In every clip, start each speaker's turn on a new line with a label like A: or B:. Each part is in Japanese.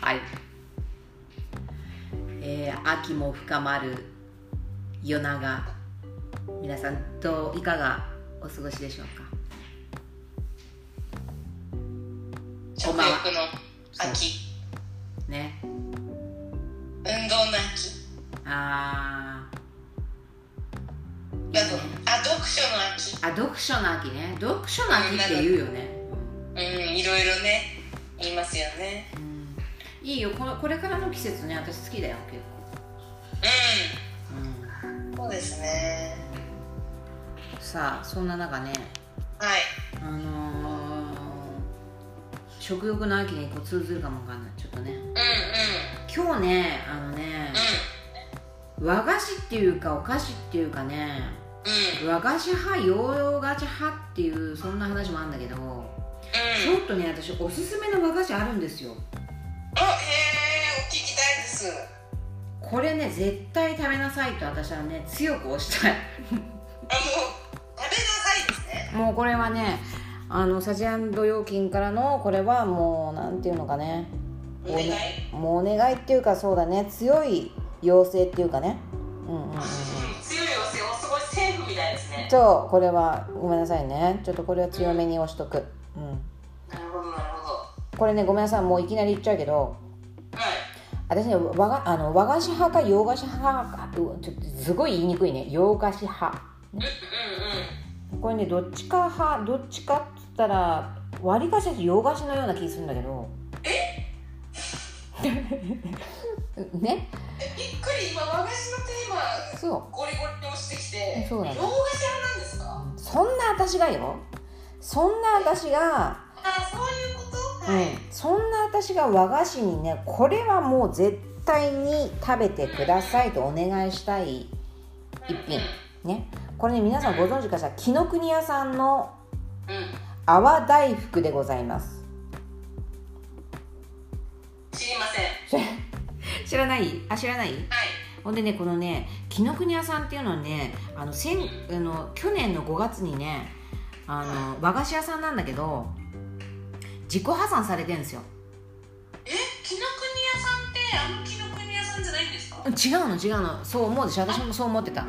A: はい、えー秋も深まる夜長皆さんといかがお過ごしでしょうかこん
B: 食欲
A: ばんは
B: の秋
A: ね
B: 運動の秋
A: あーいい
B: あ
A: ね
B: とあ読書の秋
A: あ読書の秋ね読書の秋って言うよね、
B: うんいろいろね言いますよね
A: うんいいよこのこれからの季節ね私好きだよ結
B: う
A: 構、うん
B: そうですね
A: ん、さあそんな中ね
B: はい
A: あのー食欲の秋にこう通ずるかもわかんないちょっとね
B: うんうん
A: 今日ねあのね和菓子っていうかお菓子っていうかね
B: うん
A: 和菓子派洋菓子派っていうそんな話もあるんだけどち
B: うんうん
A: ょっとね私おすすめの和菓子あるんですよ
B: あへえお聞きたいですあ
A: これね絶対食べなさいと私はね強く押したい
B: もう食べなさいですね
A: もうこれはねあのサチアンド料金からのこれはもうなんていうのかね
B: お願い
A: もうお願いっていうかそうだね強い要請っていうかねうんうんうんうん
B: 強いお世話すごい政府みたいですね
A: そうこれはごめんなさいねちょっとこれは強めに押しとく、うん、
B: なるほどなるほど
A: これねごめんなさいもういきなり言っちゃうけど
B: はい
A: 私ね和があの和菓子派か洋菓子派かうわちょっとすごい言いにくいね洋菓子派
B: うんうんうん
A: これねどっちか派どっちかっつったら割りかし私洋菓子のような気するんだけどえ ね
B: びっくり今和菓子のテーマ
A: そ
B: ゴリゴリに押してきて
A: そうなの
B: 洋菓子派なんです
A: う
B: か
A: そんな私がよそんな私が
B: あそういうことはい、
A: うん、そんな私が和菓子にねこれはもう絶対に食べてくださいとお願いしたい一品ねこれね皆さんご存知かしら紀ノ国屋さんの
B: うん、
A: 泡大福でございます
B: 知りません
A: 知らないあ知らない
B: はい
A: ほんでねこのね紀ノ国屋さんっていうのはねあの先あの去年の5月にねあの和菓子屋さんなんだけど自己破産されてるんですよ
B: え紀ノ国屋さんってあの紀ノ国屋さんじゃないんですか
A: 違うの違うのそう思うでしょ私もそう思ってた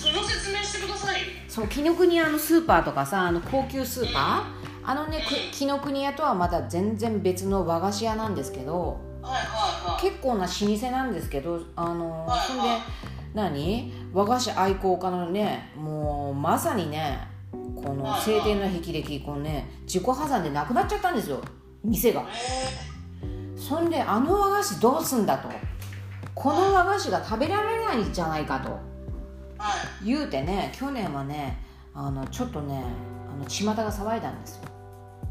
B: その説明してください
A: そう紀ノ国屋のスーパーとかさあの高級スーパーあのねく紀ノ国屋とはまた全然別の和菓子屋なんですけど
B: はいはいはい
A: 結構な老舗なんですけどあの
B: はい
A: そんで何和菓子愛好家のねもうまさにねこの
B: はい
A: 青天の霹靂このね自己破産でなくなっちゃったんですよ店が
B: え
A: そんであの和菓子どうすんだとこの和菓子が食べられないんじゃないかと
B: ー、はい
A: 言うてね去年はねあのちょっとねあの巷が騒いだんですよ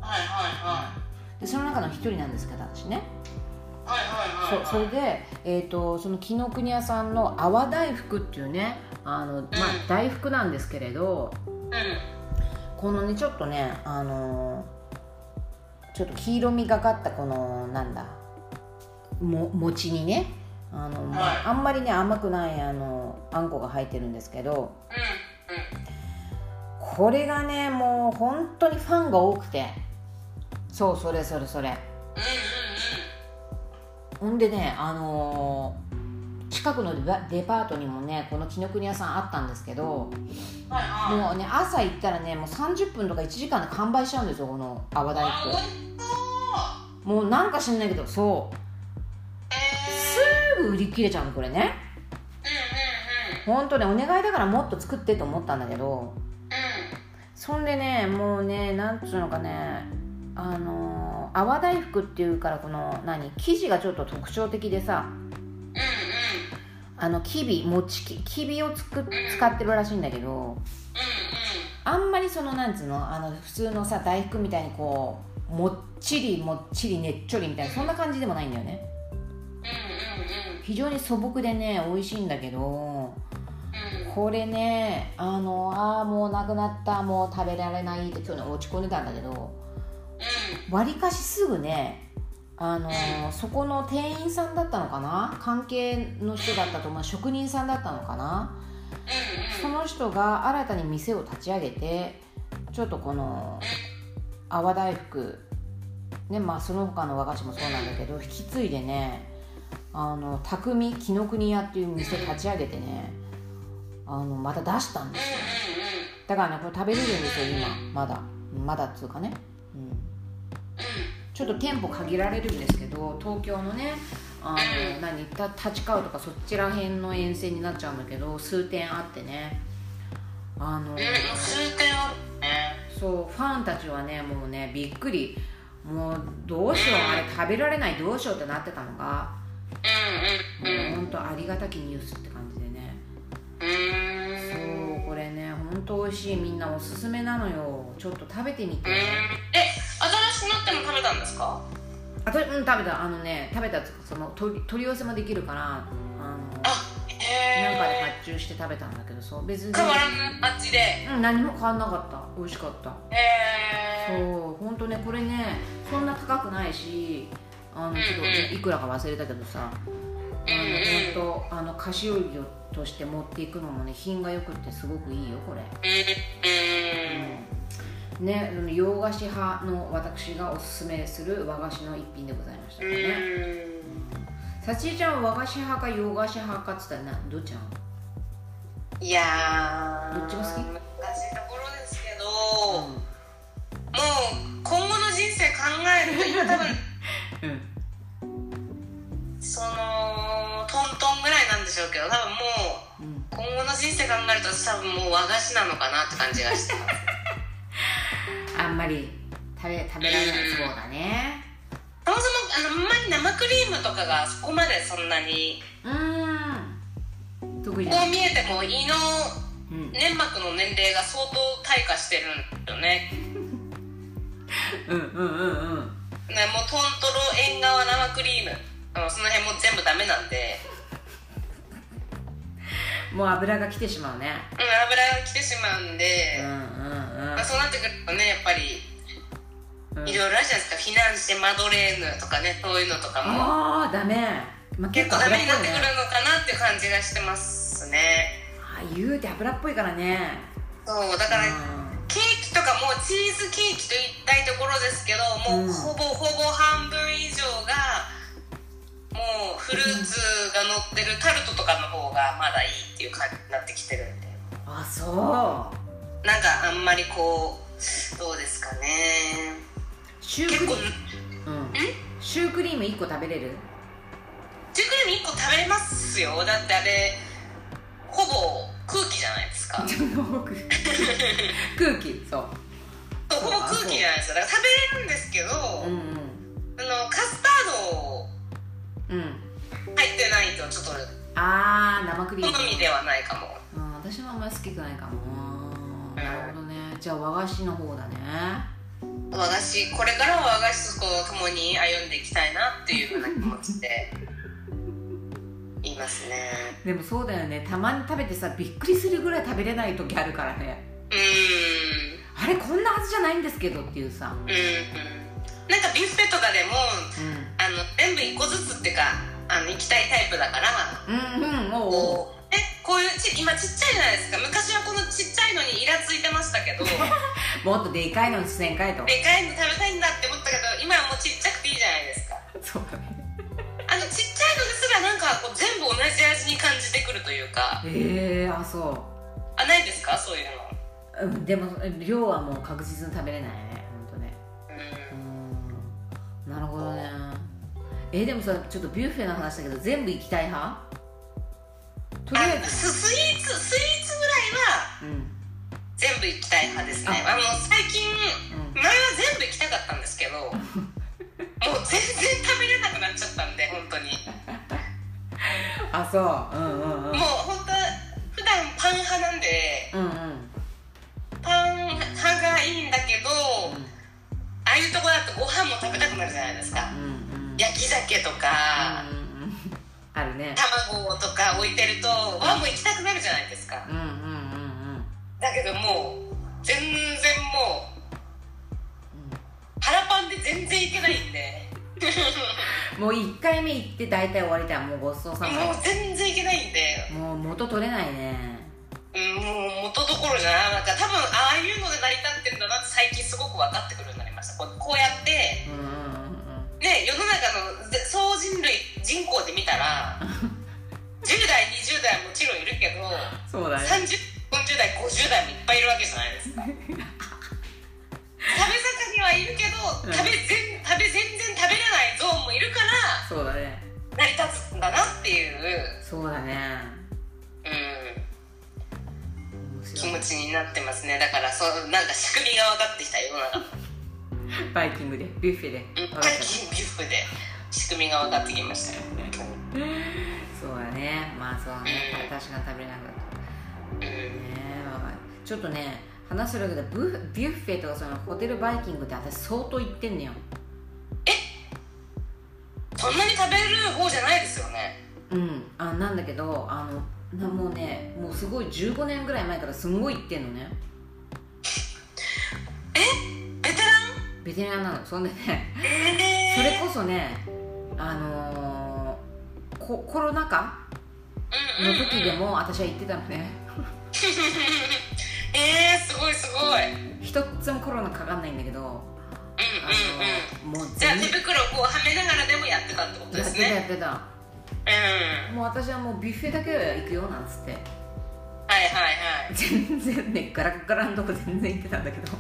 B: はいは
A: でその中の一人なんですけど私ね
B: いはいはいはいはい
A: そそれで、えー、とその紀ノ国屋さんの泡大福っていうねあの、まあ、大福なんですけれど
B: うん
A: このねちょっとねあのーちょっと黄色みがかったこのなんだも餅にねあの、まあ、あんまりね甘くないあのあんこが入ってるんですけどこれがねもう本当にファンが多くてそうそれそれそれほんでねあのー近くのデパデパートにもねこの紀ノ国屋さんあったんですけど
B: うんうんうんはいはい
A: もうね朝行ったらねもう30分とか1時間で完売しちゃうんですよこの泡大
B: あ美味しそう
A: 福もうなんか知んないけどそう
B: え
A: すぐ売り切れちゃうのこれね
B: ー、
A: ほんとねお願いだからもっと作ってと思ったんだけど
B: うんうんうんうん
A: そんでねもうねなんつうのかねあのー泡大福っていうからこの何生地がちょっと特徴的でさ
B: うんうん
A: あのきび餅ききびをつく使ってるらしいんだけど
B: う
A: あんまりそのなんつうのあの普通のさ大福みたいにこうもっちりもっちりねっちょりみたいなそんな感じでもないんだよね
B: んうん
A: 非常に素朴でね美味しいんだけど
B: うんうんうん
A: これねあのあーもうなくなったもう食べられないって去年落ち込んでたんだけどわりかしすぐねあのーそこの店員さんだったのかな関係の人だったと思う職人さんだったのかなその人が新たに店を立ち上げてちょっとこの泡大福ねまあ、その他の和菓子もそうなんだけど引き継いでねあの匠紀ノ国屋っていう店立ち上げてねあのまた出したんですよだからねこれ食べれるんですよ今まだまだっつうかね、うん、ちょっと店舗限られるんですけど東京のねあの何た立川とかそっちら辺の沿線になっちゃうんだけど数店あってねあの
B: 数点あるね
A: そうファンたちはねもうねびっくりもうどうしようあれ食べられないどうしようってなってたのがも
B: うんうん
A: う本当ありがたきニュースって感じでね
B: うーん
A: そうこれね本当美味しいみんなおすすめなのよちょっと食べてみて
B: え新しくなっても食べたんですか
A: あとうん食べたあのね食べたやつその取り取り寄せもできるからあのなんかで
B: へえ
A: 発注して食べたんだけどそう別に
B: 変わらない味でへ
A: うん何も変わんなかった美味しかった
B: え
A: そう本当ねこれねそんな高くないしあのちょっとねいくらか忘れたけどさあの本当あの菓子折りをとして持っていくのもね品がよくってすごくいいよこれ、うん、ねあの洋菓子派の私がおすすめする和菓子の一品でございましたねさちえちゃんは和菓子派か洋菓子派かっつったらなどっちなの
B: いやー
A: どっちが好き
B: 難しいところですけど、もう今後の人生考えると今多分
A: うん、うん
B: そのトントンぐらいなんでしょうけど多分もう
A: うん
B: 今後の人生考えると多分もう和菓子なのかなって感じがしてます
A: あんまり食べ食べられないそうだね
B: そもそもあのあんまり生クリームとかがそこまでそんなに
A: うーん得意じ
B: こ
A: ゃな
B: う
A: い、
B: 見えても胃の
A: うん、
B: 粘膜の年齢が相当退化してるんだよね
A: うんうんうんうん
B: ねもうトントロ縁側生クリームあのその辺も全部ダメなんで、
A: もう油が来てしまうね
B: うん、油が来てしまうん
A: うんう
B: で、
A: ん
B: まあ、そうなってくるとねやっぱり
A: うん
B: いろいろあるじゃないですかフィナンシェマドレーヌとかねそういうのとかも
A: ああダメ、まあ、
B: 結構ダメになってく
A: ね
B: るのかなっていう感じがしてますね
A: ああ言うて油っぽいからね
B: そうだから、
A: う
B: ケーキとかもうチーズケーキと言いたいところですけどもううんほぼほぼ半分以上がもうフルーツが乗ってるタルトとかの方がまだいいっていう感じになってきてるんで
A: んあそう
B: なんかあんまりこうどうですかね
A: シューク
B: 結
A: リ
B: 構
A: ーム、うん、シュークリーム1個食べれる
B: ジュクレミ1個食べれますよだってあれほぼ空気じゃないです か
A: 空気そう
B: そうほぼ空気じゃないですかだから食べれるんですけど、
A: うん
B: あのカスタード
A: うんうん
B: 入ってないとちょっと
A: ああ生クリーム
B: 好みではないかも
A: うん、私もあんまり好きくないかもなるほどねじゃあ和菓子の方だね
B: 和菓子これからは和菓子と共に歩んでいきたいなっていうふうな気持ちでいますね
A: でもそうだよねたまに食べてさびっくりするぐらい食べれない時あるからね
B: うーん
A: あれこんなはずじゃないんですけどっていうさ
B: うんうんなんかビュッフェとかでも
A: う
B: あの全部一個ずつっていうかあの行きたいタイプだから
A: んうんうんもう
B: こうえこういうち今ちっちゃいじゃないですか昔はこのちっちゃいのにイラついてましたけどで
A: もっとでかいのにせんかいと
B: かいの食べたいんだって思ったけど今はもうちっちゃくていいじゃないです
A: そ
B: か
A: うだね
B: あのちっちゃいのですらなんかこう全部同じ味に感じてくるというか
A: へえー、あそ
B: あないですかそういうの
A: う、うん、でも量はもう確実に食べれないねほんとね
B: う
A: うん
B: ん
A: なるほどねえでもさちょっとビュッフェの話だけど全部行きたい派とりあえ
B: あ
A: ず
B: ススイーツスイーツぐらい
A: う
B: は
A: ん
B: 全部行きたい派ですねあの最近
A: うん
B: 前は全部行きたかったんで すけどもう全然食べれなくなっちゃったんで本当に
A: あそううんうんうん
B: もう本当普段パン派なんで
A: うんうん
B: パン派がいいんだけどああいうとこだとご飯も食べたくなるじゃないですか
A: うんうん
B: 焼き鮭とか
A: うんうんうんあるね
B: 卵とか置いてるとわあもう行きたくなるじゃないですか
A: うんうんうんうん
B: だけどもう全然もう腹パンで全然いけないんで
A: もう1回目行って大体終わりたいもうごちそうさ
B: もう全然いけないんで
A: まもう元取れないね
B: うんもう元どころじゃないなんか多分ああいうので成り立ってるんだなって最近すごく分かってくるようになりましたこうこうやって
A: うんうんうん
B: ね世の中のぜ総人類人口で見 たら10代20代はもちろんいるけど
A: そうだね
B: 3040代50代もいっぱいいるわけじゃないですか食べ盛りはいるけど
A: うん
B: 食べ全食べ全然食べれないゾーンもいるから
A: そうだね
B: 成り立つんだなっていう、
A: そうだね
B: うん、
A: 面
B: 気
A: 白い
B: 持ちになってますねだからそうなんか仕組みが分かってきた世の中の
A: バイキングでビュッフェで
B: うん
A: 分か
B: パ
A: った
B: ッキンビュッフェで仕組みが分かってきましたよ本当に
A: そうだねまあそうだね確かに食べれなくなった
B: うん
A: ねえわかるちょっとね話するけどブッビュッフェとかそのホテルバイキングって私相当行ってんのよ
B: そんなに食べる方じゃないですよね
A: うんあなんだけどあのなもうねもうすごい15年ぐらい前からすんごい行ってんのね
B: ベテラン
A: ベテランなのそんでね
B: え
A: それこそねあのーココロナ禍
B: うん
A: の
B: うんうん
A: 時でも私は行ってたのね
B: えー、すごいすごいうんうんうん
A: 一つもコロナかかんないんだけどあのもう
B: じゃあ
A: 全
B: 手袋をこうはめながらでもやってたってことで
A: やっ
B: す
A: てたや
B: ね
A: ってた
B: うんはい
A: もう私はもうビュッフェだけは行くよなんつって
B: はいはい
A: 全然ねガラッガラのとこ全然行ってたんだけど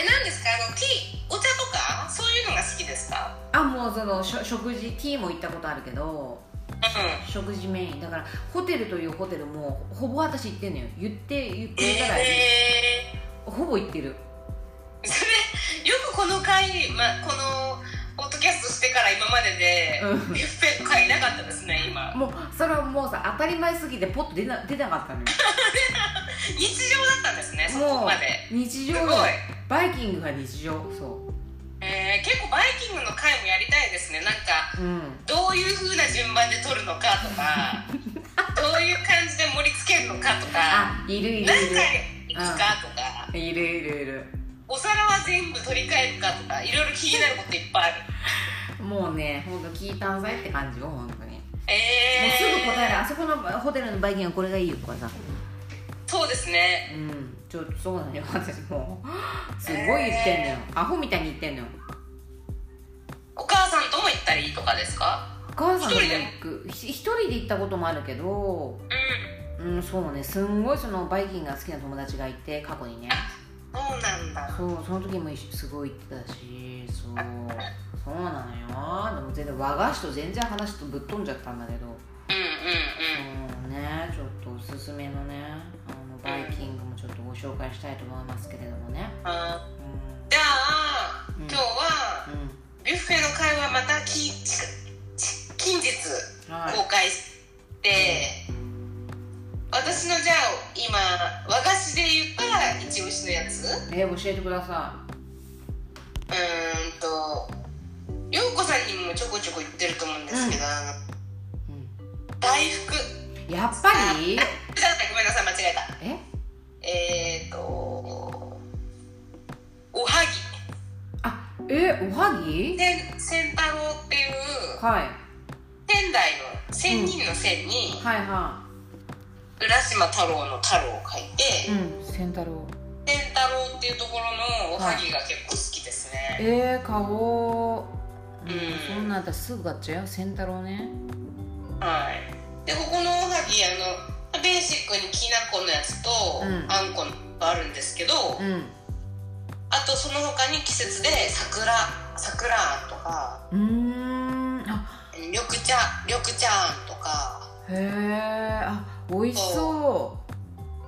B: え何ですかあのティーお茶とかそういうのが好きですか
A: あもうそのしょ食事ティーも行ったことあるけど
B: うんえ
A: 食事メインだからホテルというホテルもほぼ私行ってんのよ言って言ってたら、
B: え
A: ほぼ行ってる
B: ー、それよくこの回、ま、このポッドキャストしてから今までで
A: うん
B: ビュッフェの回なかったですね今
A: もうそれはもうさ当たり前すぎてポッと出な出なかったのよ
B: 日常だったんですねそこ
A: もう
B: まです
A: 日
B: ご
A: 常
B: い
A: よバイキングが日常そ
B: えー、結構バイキングの回もやりたいですねなんか
A: ううん
B: どういう風な順番で撮るのかと かどういう感じで盛り付けるのかとか
A: あいるいるい
B: 何
A: る
B: 回行くかとか、
A: いるいるいる
B: お皿は全部取り替えるかとかいろいろ気になることいっぱいあ る
A: もうねほんと聞いたんさいって感じよ本当にもうす
B: えー、
A: ぐ答えるあそこのホテルのバイキングはこれがいいよとかさ
B: そうですね
A: うんちょっとそうなのよ私もう すごい言ってんのよ、アホみたいに言ってんのよ
B: お母さんとも行ったりとかですか
A: お母さんとも行くひ一人で行ったこともあるけど
B: うん
A: うんそうねすんごいそのバイキングが好きな友達がいて過去にね
B: そうなんだ
A: そうその時も一緒すごい行ってたしそうそうなのよでも全然和菓子と全然話とぶっ飛んじゃったんだけど
B: うんうんうん
A: そうねちょっとおすすめのねあのバイキングもちょっとご紹介したいと思いますけれどもね
B: あー
A: う
B: じゃあ
A: うん
B: 今日は
A: ん、うん
B: ビュッフェの会はまたきちち近日
A: はい
B: 公開して、私のじゃあ今和菓子で言ったら一押しのやつう
A: えー教えてくださ
B: ーんと陽子さんにもちょこちょこ言ってると思うんですけど、あ
A: い、う
B: の大福
A: ん、やっぱり
B: じゃないごめんなさい間違えた
A: え
B: えーとおは
A: あえおは
B: ぎ
A: ぎ
B: 千千太郎っていう
A: はい
B: 仙台の仙人の仙に、
A: はいは
B: 浦島太郎の太郎を書いて、
A: いうん仙太郎
B: 天太郎っていうところのおはぎが結構好きですね、
A: えー、顔うん、
B: うん
A: そんなんやったらすぐ買っちゃうよ仙太郎ね
B: はいでここのおはぎあのベーシックにきなこのやつと、
A: うん
B: あんこのがあるんですけど、
A: うん
B: あとその他に季節で桜桜あんとか
A: うーんあ
B: 緑茶緑茶あんとか
A: へえあ美味しそ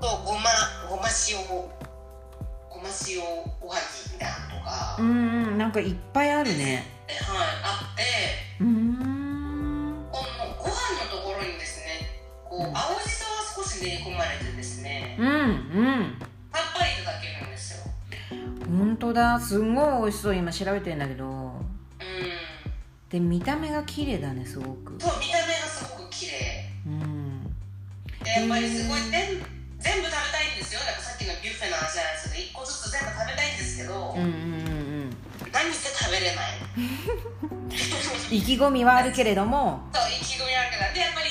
B: とごまごま塩ごま塩おはぎだとか、
A: ううんうんなんかいっぱいあるね
B: ではいあって
A: うーん
B: このご飯のところにですねこう
A: うん
B: 青じそが少し練り込まれてですね、
A: うんうん
B: さっぱりいただけるんですよ
A: 本当だすんごい美味しそう今調べてんだけど
B: うん
A: で見た目が綺麗だねすごく
B: そう見た目がすごく綺麗
A: うん
B: でやっぱりすごい全部全部食べたいんですよだからさっきのビュッフェの話じゃないですけど1個ずつ全部食べたいんですけど、
A: うんうんうんうん
B: 何して食べれ ない
A: 意気込みはあるけれども
B: そう意気込みあるけどでやっぱり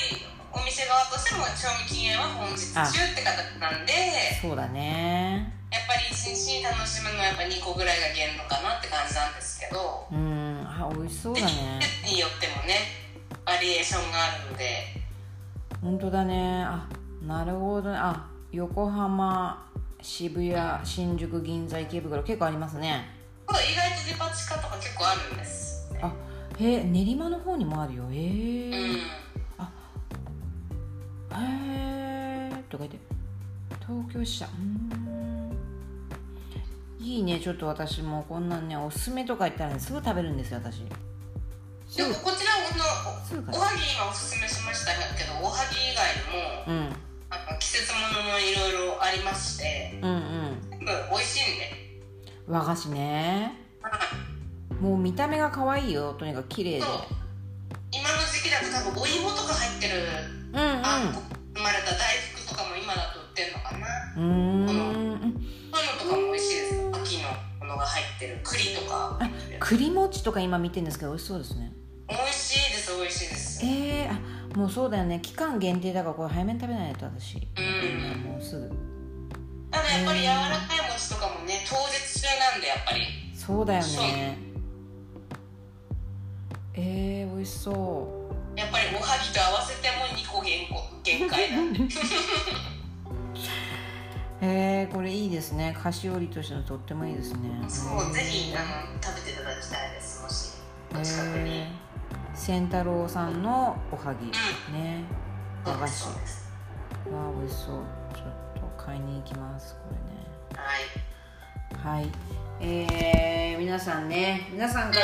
B: お店側としても賞味期限は本日中って形なんで
A: そうだね
B: やっぱり1日楽しむのはやっぱ2個ぐらいが限度かなって感じなんですけど
A: うんあ美味しそうだね
B: 季節によってもねバリエーションがあるので
A: 本当だねあなるほどねあ横浜渋谷新宿銀座池袋結構ありますね
B: これ意外とデパ地下とか結構あるんです、ね、
A: あへえ練馬の方にもあるよへえ
B: うん
A: へえとか言って東京支社うーんいいねちょっと私もこんなんねおすすめとか言ったらねすぐ食べるんですよ私
B: ですも
A: ぐ
B: こちらの
A: すぐ買
B: おはぎ今おすすめしましたけどおはぎ以外も
A: ううん
B: あの季節ものもいろいろありまして
A: うんうん
B: 全部美味しいんで
A: 和菓子ね
B: はい
A: もう見た目が可愛いよとにかく綺麗で
B: そう今の時期だと多分お芋とか入ってる、
A: うんうん
B: あんこ生まれた大福とかも今だと売ってるのかな
A: うーん
B: そういうのとかも美味しいですよ秋のものが入ってる栗とか
A: あ栗餅とか今見てるんですけど美味しそうですね
B: 美味しいです美味しいです
A: えー、あもうそうだよね期間限定だからこれ早めに食べないと私、
B: ん
A: もうすぐ
B: ただやっぱり柔らかい餅とかもね当日中なんでやっぱり
A: そうだよねえー、美味しそ
B: やっぱりおはぎと合わせても2個限個限 界なんで
A: うえー、これいいですね菓子折りとしてのとってもいいですね
B: そうぜひあの食べていただきたいですもし
A: え
B: お近くに
A: ー、仙太郎さんのおはぎね和菓子
B: そうです
A: わあ美味しそうちょっと買いに行きますこれね
B: はい
A: はい、えー、皆さんね皆さんか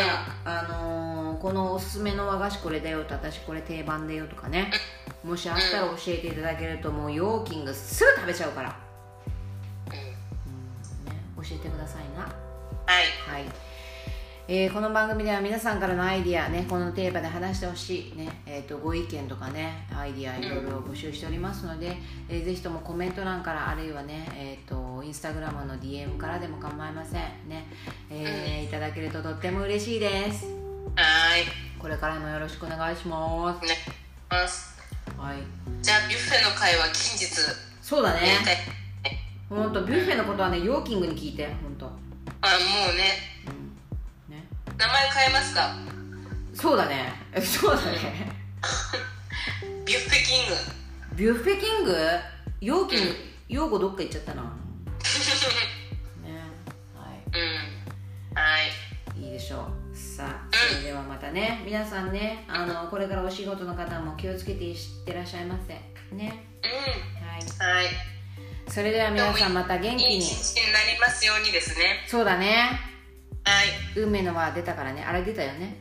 A: ら、あのーこのおすすめの和菓子これだよと私これ定番だよとかねもしあったら教えていただけるともうヨーキングすぐ食べちゃうから、
B: う
A: う
B: ん
A: んね、教えてくださいな
B: はい
A: はい、えーこの番組では皆さんからのアイディアねこのテーマで話してほしいね、えー、とご意見とかねアイディアいろいろ募集しておりますので、えーぜひともコメント欄からあるいはね、えー、とインスタグラムの DM からでも構いませんね、えーいただけるととっても嬉しいです
B: はい
A: これからもよろしくお願いしま
B: お願いします
A: すはい
B: じゃあビュッフェの会は近日
A: そうだね
B: やりたい
A: 本当ビュッフェのことはねヨーキングに聞いて本当
B: あもうね
A: うんね
B: 名前変えますか
A: そうだねそうだね
B: ビュッフェキング
A: ビュッフェキング容器に用語どっか行っちゃったなねは
B: うんはい
A: いいいでしょうさあそれではまたね皆さんねあのこれからお仕事の方も気をつけていってらっしゃいませね
B: う
A: はい
B: んはい
A: それでは皆さんまた元気
B: いい
A: に
B: 一日になりますようにですね
A: そうだね
B: はい
A: 運命の輪出たからねあれ出たよね、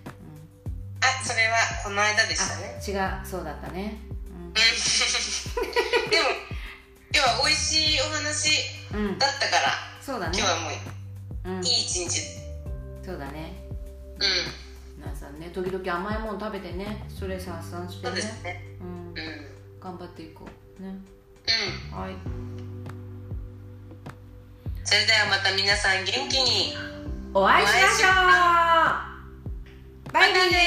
B: あそれはこの間でしたね
A: うん、あ違うそうだったね
B: うんでも今日は美味しいお話
A: うん、うん、
B: だったから
A: そうだね
B: 今日はもうい
A: うん
B: い一日
A: そうだね
B: うん
A: 皆さんね時々甘いもの食べてねストレス発散して
B: そう
A: ね
B: ですね
A: うん
B: うんう、
A: 頑張っていこうね
B: ん
A: はい
B: それではまた皆さん元気に
A: お会いしましょうバイバイ
B: またね